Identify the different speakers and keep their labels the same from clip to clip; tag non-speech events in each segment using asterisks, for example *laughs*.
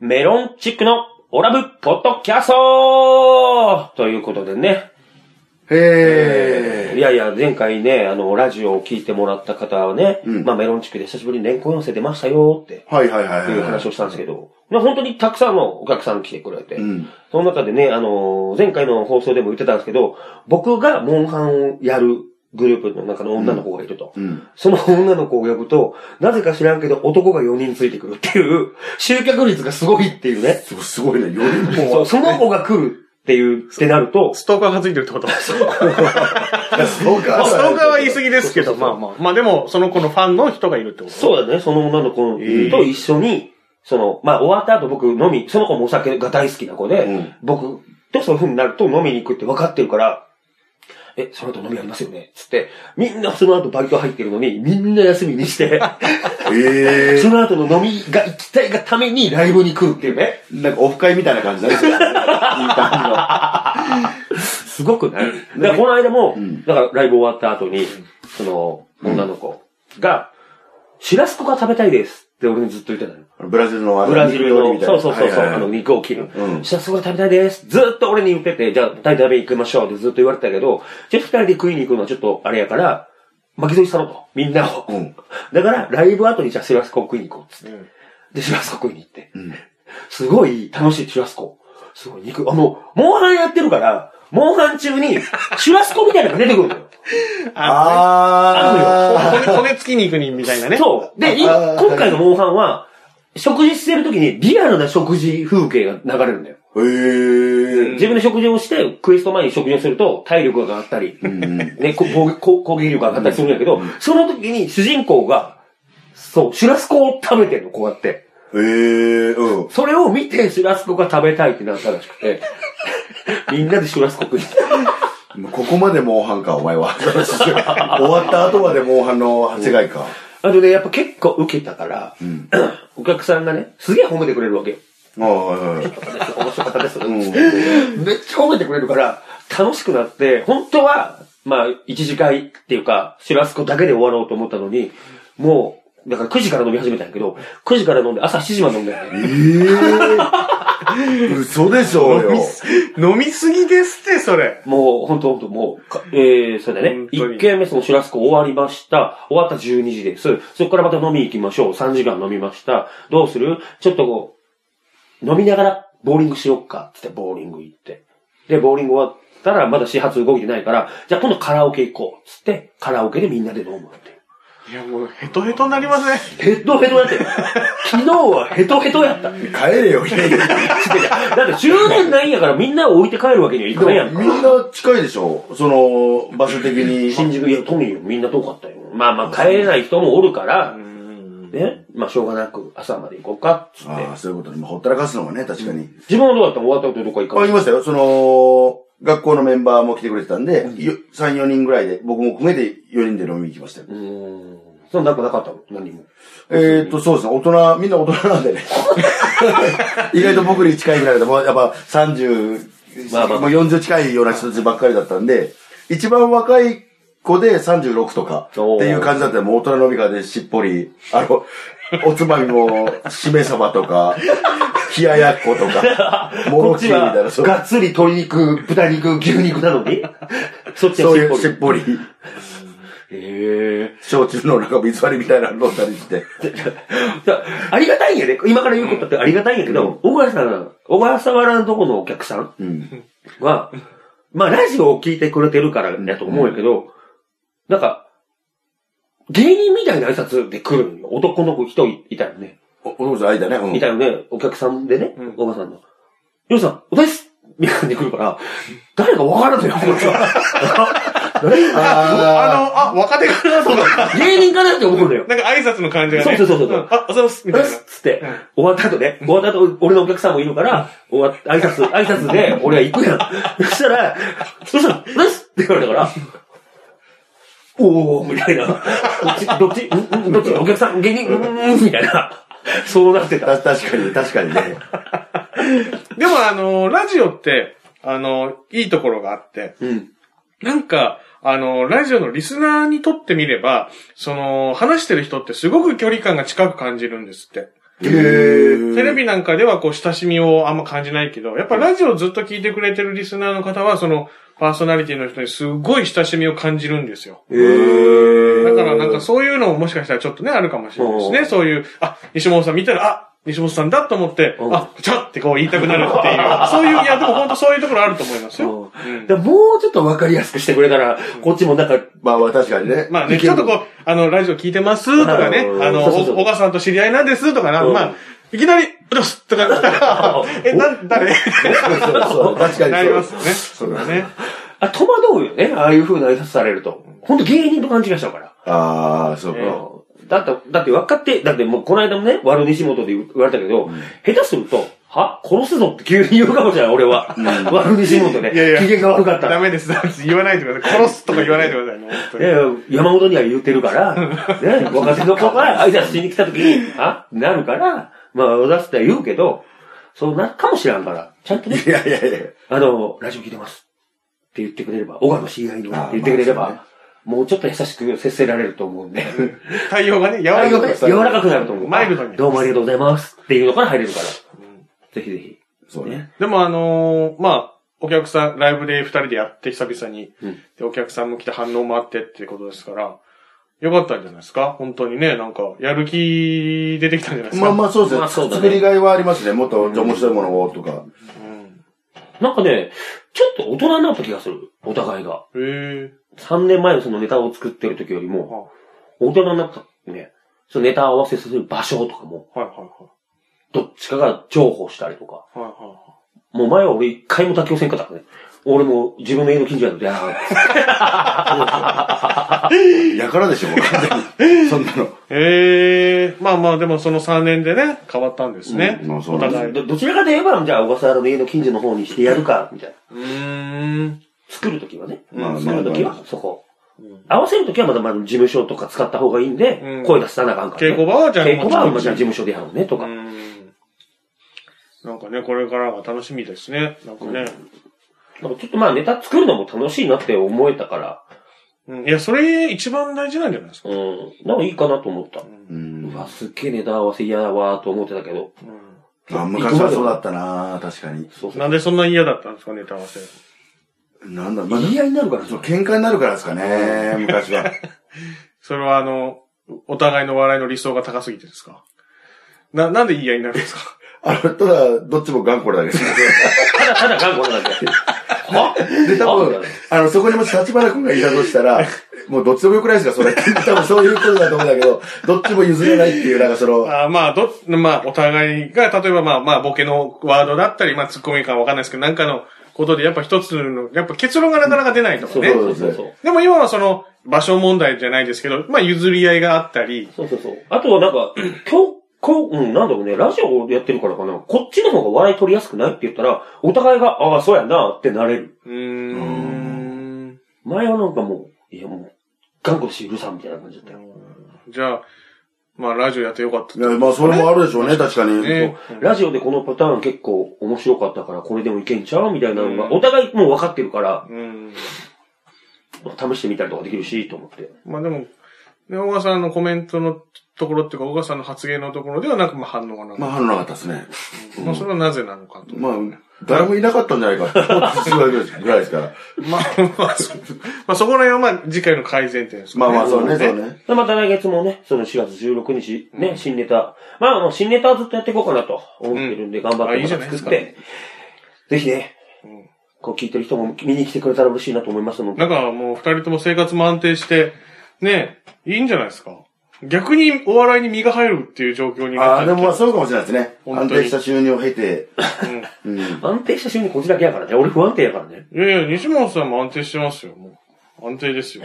Speaker 1: メロンチックのオラブポッドキャストということでね。
Speaker 2: へ
Speaker 1: いやいや、前回ね、あの、ラジオを聞いてもらった方はね、
Speaker 2: うん
Speaker 1: まあメロンチックで久しぶりにレンコン寄せ出ましたよって、
Speaker 2: ー。はいはいはいはい。
Speaker 1: いう話をしたんですけど、まあ本当にたくさんのお客さん来てくれて、
Speaker 2: うん。
Speaker 1: その中でね、あの、前回の放送でも言ってたんですけど、僕がモンハンをやるグループの中の女の子がいると。
Speaker 2: うん。
Speaker 1: その女の子を呼ぶと、なぜか知らんけど男が4人ついてくるっていう、集客率がすごいっていうね。
Speaker 2: すごいすごいね。4人
Speaker 1: *laughs* そう、
Speaker 2: も。
Speaker 1: その子が来るっていう、ってなると、
Speaker 3: ストーカーがついてるっ
Speaker 1: *laughs*
Speaker 3: てことストー
Speaker 2: そう
Speaker 3: カ
Speaker 2: か。
Speaker 3: ーは言い過
Speaker 2: ぎ。
Speaker 3: ぎですけど、まあまあ。まあでも、その子のファンの人がいるってこと
Speaker 1: そうだね、その女の子と一緒に、その、まあ終わった後僕飲み、その子もお酒が大好きな子で、
Speaker 2: うん
Speaker 1: 僕とそういう風になると飲みに行くって分かってるから、え、その後飲みありますよねつって、みんなその後バイト入ってるのに、みんな休みにして、
Speaker 2: え
Speaker 1: その後の飲みが行きたいがためにライブに来るっていうね。
Speaker 2: え。なんかオフ会みたいな感じだね。いい感
Speaker 1: すごくないだからこの間も、
Speaker 2: うん
Speaker 1: だからライブ終わった後に、その、女の子が、シラスコが食べたいですって俺にずっと言ってたの。
Speaker 2: じの。ブラジルのあの
Speaker 1: ブラジル
Speaker 2: 料理み
Speaker 1: の、
Speaker 2: たい
Speaker 1: そ
Speaker 2: な
Speaker 1: うそうそう、そう
Speaker 2: はい
Speaker 1: あ
Speaker 2: はい
Speaker 1: の、
Speaker 2: はい
Speaker 1: 肉を切る
Speaker 2: う。ん
Speaker 1: シラスコが食べたいです。ずっと俺に言ってて、じゃあ、タイ食べに行きましょうってずっと言われてたけど、じゃあ二人で食いに行くのはちょっとあれやから、巻き添えしたのと、みんなを。
Speaker 2: うん
Speaker 1: だから、ライブ後にじゃあシラスコ食いに行こうっつって。
Speaker 3: うん
Speaker 1: で、シラスコ食いに行って。
Speaker 2: うん。
Speaker 1: すごい楽しいシュラスコ。すごい肉。あの、モンハンやってるから、モンハン中に、シュラスコみたいなのが出てくるのよ。
Speaker 3: あ
Speaker 2: あ
Speaker 3: のね骨、骨付き肉にみたいなね。
Speaker 1: そう。で、い
Speaker 2: あー
Speaker 1: 今回のモンハンは、食事してる時にリアルな食事風景が流れるんだよ。
Speaker 2: ー。へえ。
Speaker 1: 自分で食事をして、クエスト前に食事をすると、体力が上がったり、
Speaker 2: うん。
Speaker 1: ね、こ攻撃攻攻撃力が上がったりするんだけど、その時に主人公が、そう、シュラスコを食べてるの、こうやって。
Speaker 2: へえ。うん。
Speaker 1: それを見て、シュラスコが食べたいってなったらしく
Speaker 2: *laughs*
Speaker 1: て、みんなでシュラスコ食いに行った
Speaker 2: ここまでモンハンか、お
Speaker 1: *laughs*
Speaker 2: 前は。終わった後までモンハンの世界か。
Speaker 1: あとね、やっぱ結構受けたから、
Speaker 2: ん
Speaker 1: お客さんがね、すげえ褒めてくれるわけよ。
Speaker 2: ああ、はいはい。
Speaker 1: 面白かったです。
Speaker 2: ん
Speaker 1: めっちゃ褒めてくれるから、楽しくなって、本当は、まあ、一時会っていうか、シュラスコだけで終わろうと思ったのに、もう、だから9時から飲み始めたんやけど、9時から飲んで朝7時まで飲んだよね。
Speaker 2: ええ。嘘でしょう
Speaker 1: *laughs*
Speaker 2: よ。
Speaker 3: 飲みすぎですって、それ。
Speaker 1: もう、本当本当もう、かえー、そうだね
Speaker 3: 本。当に
Speaker 1: 1軒目そのシュラスコ終わりました。終わった12時です。そこからまた飲み行きましょう。3時間飲みました。どうするちょっとこう、飲みながらボーリングしよっか。つってボーリング行って。で、ボーリング終わったらまだ始発動いてないから、じゃあ今度カラオケ行こう。つって、カラオケでみんなで飲むって。
Speaker 3: いや、もう、ヘトヘトになりますね。
Speaker 1: ヘトヘトやっ
Speaker 3: *laughs*
Speaker 1: て。昨日はヘトヘトやった。
Speaker 2: 帰れ
Speaker 1: *laughs*
Speaker 2: よ、いやいや
Speaker 1: だって10年ないんやからみんなを置いて帰るわけにはい
Speaker 2: で
Speaker 1: か
Speaker 2: も
Speaker 1: ないやんか
Speaker 2: み。んな近いでしょその、場所的に。
Speaker 1: *laughs* 新宿、いや、トミーよみんな遠かったよ。まあまあ、帰れない人もおるから、ね、まあ、しょうがなく朝まで行こうか、つって。
Speaker 2: ああ、そういうことね。まあ、ほったらかすのもね、確かに。
Speaker 1: 自分はどうだったの終わったことどこ行
Speaker 2: あ、
Speaker 1: か
Speaker 2: 言いましたよ。その、学校のメンバーも来てくれてたんで、よ3、4人ぐらいで、僕も含めて4人で飲みに行きましたよ。
Speaker 1: うーん。そんな、なんかなかったの何も。
Speaker 2: えーっと、そうですね。大人、みんな大人なん
Speaker 1: *laughs*
Speaker 2: でね。意外と僕に近いぐらいで、もうやっぱ30、
Speaker 1: まあまあ
Speaker 2: もう40近いような人たちばっかりだったんで、一番若い子で36とかっていう感じだったら、もう大人のみ会でしっぽり、あの、おつまみも、しめ鯖とか、冷ややっこと
Speaker 1: *laughs*
Speaker 2: か、も
Speaker 1: こ
Speaker 2: ろ
Speaker 1: っ
Speaker 2: きゅ
Speaker 1: ち
Speaker 2: うみたい
Speaker 1: は
Speaker 2: な、、そう
Speaker 1: がっつり鶏肉、豚肉、牛肉なのに。そっちは
Speaker 2: *laughs* そう
Speaker 1: しっ
Speaker 2: い
Speaker 1: ぽ
Speaker 2: う
Speaker 1: り
Speaker 2: しっぽり、
Speaker 1: へえ。
Speaker 2: 焼酎のなんか水割りみたいなの飲んだりして。
Speaker 1: じゃあありがたいんやね。今から言うことってありがたいんやけど、小川さん、小笠原のとこのお客さん
Speaker 2: うん。
Speaker 1: は、まあ、ラジオを聞いてくれてるからやと思うんやけど、なんか、芸人みたいな挨拶で来るんよ男の子一人いたよね。
Speaker 2: お、お父さん間ね。うん
Speaker 1: いたよね。お客さんでね
Speaker 3: うん、
Speaker 1: おばさんの。ようさん、おだいすみたいな感じで来るから、誰かわからんのよ、こっちは誰が
Speaker 2: あ
Speaker 3: あの、あ、若手かなとか、
Speaker 1: 芸人かなって思うのよ。
Speaker 3: なんか挨拶の感じがね。
Speaker 1: そうそうそうそうん
Speaker 3: あ、おはようございます、 *laughs* み
Speaker 1: よ
Speaker 3: たい
Speaker 1: しっつって、終わった後ね、終わった後、俺のお客さんもいるから、終わっ挨拶、挨拶で、俺は行くやん。そしたら、そしたら、うっすって言われたから、おー、みたいな。どっち、どっち、んんどっち、お客さん、芸人、うんうんみたいな。そうなってた。
Speaker 2: た確かに、確かにね。
Speaker 3: な。でも、あの、ラジオって、あの、いいところがあって、
Speaker 1: うん。
Speaker 3: なんか、あの、ラジオのリスナーにとってみれば、その、話してる人ってすごく距離感が近く感じるんですって。
Speaker 2: へー
Speaker 3: テレビなんかではこう親しみをあんま感じないけど、やっぱラジオをずっと聞いてくれてるリスナーの方は、そのパーソナリティの人にすごい親しみを感じるんですよ。
Speaker 1: へー
Speaker 3: だからなんかそういうのももしかしたらちょっとね、あるかもしれないです
Speaker 1: う
Speaker 3: ね。
Speaker 1: ん
Speaker 3: そういう、あ、西本さん見たら、あ、西本さんだと思って、
Speaker 1: うん
Speaker 3: あ、ちゃってこう言いたくなるっていう、
Speaker 1: *laughs*
Speaker 3: そういう、いやでも本当そういうところあると思いますよ。
Speaker 1: うんだからもうちょっとわかりやすくしてくれたら、こっちもなんか、
Speaker 2: まあまあ確かにね。
Speaker 3: まあね、
Speaker 2: いけ
Speaker 3: ち
Speaker 2: る
Speaker 3: ょっとこう、あの、ラジオ聞いてますとかね、
Speaker 1: うん
Speaker 3: あの、
Speaker 1: そうそうそう
Speaker 3: お小川さんと知り合いなんですとかな、
Speaker 1: うん
Speaker 3: まあ、いきなり、うどすとか来た
Speaker 1: *laughs*
Speaker 3: ら、え、なん、誰
Speaker 2: そう
Speaker 3: *laughs*
Speaker 2: そう確かに
Speaker 3: なります
Speaker 2: そう
Speaker 3: よね。そうだね。
Speaker 1: あ、戸惑うよね。ああいう風な挨拶されると。ほんと芸人と勘違いしちゃうから。
Speaker 2: ああ、そうか。
Speaker 3: ええ
Speaker 1: だって、だって分かって、だってもうこの間もね、悪西本で言われたけど、下手すると、は殺すぞって急に言うかもしれない、俺は。悪西本で。
Speaker 3: いやいや
Speaker 1: 機嫌が悪かったら
Speaker 3: *laughs* ダ。メです。言わないでください。殺すとか言わないでくださいね。本当
Speaker 1: いやいや山本には言ってるから、ね、若手の子が挨拶しに来た時に、あなるから、まあ、出すって言うけど、そうなるかもしらんから、ちゃんとね、
Speaker 2: いやいやいや。
Speaker 1: あの、ラジオ聞いてます。って言ってくれれば、小川の知り合いのって言ってくれれば、
Speaker 2: あま
Speaker 1: もうちょっと優しく接せられると思うんで、
Speaker 3: に対応がね、柔ら
Speaker 1: 柔
Speaker 3: かく
Speaker 2: く
Speaker 1: らかくなると思う。
Speaker 3: マイルドに
Speaker 1: どうもありがとうございます。っていうのから入れるから。ぜひぜひ。
Speaker 2: そうね。
Speaker 3: でもあのーまあ、お客さん、ライブで二人でやって久々に、
Speaker 1: うん
Speaker 3: で、お客さんも来て反応もあってっていうことですから、よかったんじゃないですか本当にね、なんか、やる気出てきたんじゃないです
Speaker 2: ま
Speaker 3: か、
Speaker 2: あまあそうですね。
Speaker 1: まあそうだね
Speaker 2: 作りがいはありますね。もっと面白いものをとか。
Speaker 3: うん、
Speaker 1: なんかね、ちょっと大人になった気がする。お互いが。
Speaker 3: へえ。
Speaker 1: 3年前のそのネタを作ってる時よりも、
Speaker 3: は
Speaker 1: 大人になったね。そのネタ合わせする場所とかも、
Speaker 3: いはいは
Speaker 1: どっちかが重宝したりとか。
Speaker 3: い。はいは
Speaker 1: もう前は俺一回も妥協せんかったからね。俺も自分の家の近所やのでやらなかった
Speaker 2: やからでしょ、もう完全に。そんなの。
Speaker 3: い。へえ。まあまあ、でもその3年でね、変わったんです *laughs* ね。
Speaker 2: *laughs* うんまあそう
Speaker 3: お
Speaker 2: なんです
Speaker 3: 互い。う
Speaker 1: どどちらかといえば、じゃあ小笠原の家の近所の方にしてやるか、みたいな。
Speaker 3: ーん。
Speaker 1: 作るときはね。
Speaker 2: まあまあ
Speaker 1: 作るとき
Speaker 2: ま
Speaker 1: はそこ。合わせるときはまだまだ事務所とか使った方がいいん
Speaker 3: う
Speaker 1: で
Speaker 3: ん、
Speaker 1: 声出さなあかんから、ね。
Speaker 3: 稽古場はじゃあ
Speaker 1: 稽古場はまあじゃあ事
Speaker 3: もち
Speaker 1: 務所でやろうね、と
Speaker 3: ろ
Speaker 1: か。
Speaker 3: んうんなんかね、これからが楽しみですね。なんかね。
Speaker 1: なんかちょっとまあネタ作るのも楽しいなって思えたから、
Speaker 3: うん、いや、それ一番大事なんじゃないですか。
Speaker 1: うん。なんかいいかなと思った。
Speaker 2: う。
Speaker 1: うんわ、すっげえネタ合わせ嫌だわーと思ってたけど。
Speaker 3: う
Speaker 2: あ昔はそうだったな確かに。
Speaker 1: そうそ
Speaker 3: ん、
Speaker 1: う。
Speaker 3: なんでそんな嫌だったんですか、ネタ合わせ。
Speaker 2: なんだ、まだ
Speaker 1: 言い合いになるから、
Speaker 2: そう喧嘩になるからですかね、昔
Speaker 3: *laughs*
Speaker 2: は。
Speaker 3: それはあの、お互いの笑いの理想が高すぎてですかな、なんで言い合いになるんですか
Speaker 1: *laughs*
Speaker 2: あの、ただ、どっちも頑固だけど。
Speaker 1: ただただ頑固なん *laughs* だよ。は
Speaker 2: で、多分、あの、そこにもし立花君がいたとしたら、もうどっちでもよくないですか、そ *laughs* れ。多分そういうことだと思うんだけど、どっちも譲れないっていう、なんかその、
Speaker 3: あーまあ、ど、まあ、お互いが、例えばまあまあ、ボケのワードだったり、まあ、ツッコミかわかんないですけど、なんかのことで、やっぱ一つの、やっぱ結論がなかなか出ないとか
Speaker 1: そう
Speaker 3: ね。
Speaker 1: そうそうそう。
Speaker 3: でも今はその、場所問題じゃないですけど、まあ、譲り合いがあったり、
Speaker 1: そうそうそう。あとはなん
Speaker 3: *clears throat*
Speaker 1: か、今日、こう、うん、なんだろうね、ラジオをやってるからかな、こっちの方が笑い取りやすくないって言ったら、お互いが、ああ、そうやなってなれる。
Speaker 3: うーん。
Speaker 1: 前はなんかもう、いやもう、頑固だし許さんみたいな感じだったよ。
Speaker 3: じゃあ、まあ、ラジオやってよかった
Speaker 2: いやまあ、それもあるでしょうね、確かに。
Speaker 3: ね。
Speaker 1: ラジオでこのパターン結構面白かったから、これでもいけんちゃうみたいなの
Speaker 3: う
Speaker 1: が、
Speaker 3: ん
Speaker 1: お互いもう分かってるから、
Speaker 3: うん。
Speaker 1: 試してみたりとかできるし、と思って。
Speaker 3: まあでも、ね、小川さんのコメントのところっていうか、小川さんの発言のところではなんかまあ反応がなか
Speaker 2: ま
Speaker 3: っ
Speaker 2: あ、反応なかったですね。
Speaker 3: た。まあそれはなぜなのかと。
Speaker 2: まあ、誰もいなかったんじゃないかって思ってぐらいですから。
Speaker 3: まあ、 *laughs* まあ、そまあそこら辺はまあ次回の改善点ですか
Speaker 2: まあ
Speaker 3: ね。
Speaker 2: まあ、そうね、そうね。
Speaker 1: でまた来月もね、その4月16日、ね、新ネタ。まあ、もう新ネタはずっとやっていこうかなと思ってるんで、頑張っ
Speaker 3: あ
Speaker 1: て
Speaker 3: いい
Speaker 1: ま
Speaker 3: じゃない
Speaker 1: た
Speaker 3: で
Speaker 1: 作
Speaker 3: す
Speaker 1: っ
Speaker 3: か
Speaker 1: て、ぜひね、
Speaker 3: ん
Speaker 1: こう聞いてる人も見に来てくれたら嬉しいなと思いますので。
Speaker 3: だからもう二人とも生活も安定して、ね、いいんじゃないですか。逆にお笑いに身が入るっていう状況に
Speaker 2: あ
Speaker 3: な
Speaker 2: あ、
Speaker 3: っ
Speaker 2: で
Speaker 3: た
Speaker 2: もまあ、そうかもしれないですね。
Speaker 3: 本当
Speaker 2: 安
Speaker 3: に
Speaker 2: 定した収入を経て。うん。
Speaker 1: 安定した瞬にこっちだけやからね。俺不安定やからね。
Speaker 3: いやいや、西本さんも安定してますよ、もう。安定ですよ。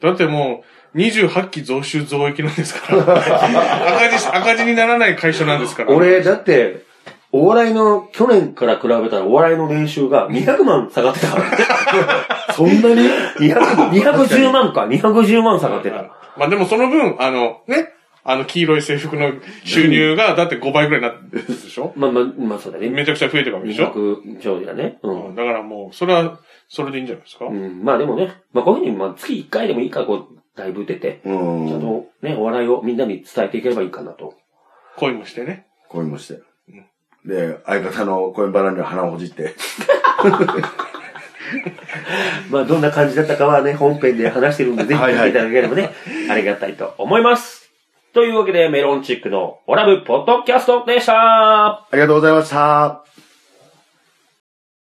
Speaker 3: だってもう、28期増収増益なんです
Speaker 1: *laughs*
Speaker 3: から。赤字、赤字にならない会社なんですから。
Speaker 1: 俺、だって、お笑いの、去年から比べたらお笑いの年収が200万下がってたからね。 *laughs*
Speaker 2: そんなに
Speaker 1: 200 210万か、210万下がってた。
Speaker 3: まあでもその分、あの、ね、あの黄色い制服の収入が、だって5倍ぐらいになってるでしょ
Speaker 1: まあまあ、まあそうだね。
Speaker 3: めちゃくちゃ増えてるわけでしょ
Speaker 1: 200兆だね。うん。
Speaker 3: だからもう、それは、それでいいんじゃないですか、
Speaker 1: うん、まあでもね、まあこういうふうに、まあ月1回でもいいから、こう、ライブ出て、
Speaker 2: う
Speaker 1: ちゃん
Speaker 2: ん。
Speaker 1: とね、お笑いをみんなに伝えていければいいかなと。
Speaker 3: 恋もしてね。
Speaker 2: 恋もして。で、相方の恋バナには鼻をほじって。
Speaker 1: まあ、どんな感じだったかはね、本編で話してるんで、ぜひ
Speaker 2: はい
Speaker 1: 聞い
Speaker 2: はい
Speaker 1: ていただければね、ありがたいと思います。というわけで、メロンチックのオラブポッドキャストでした
Speaker 2: ありがとうございました。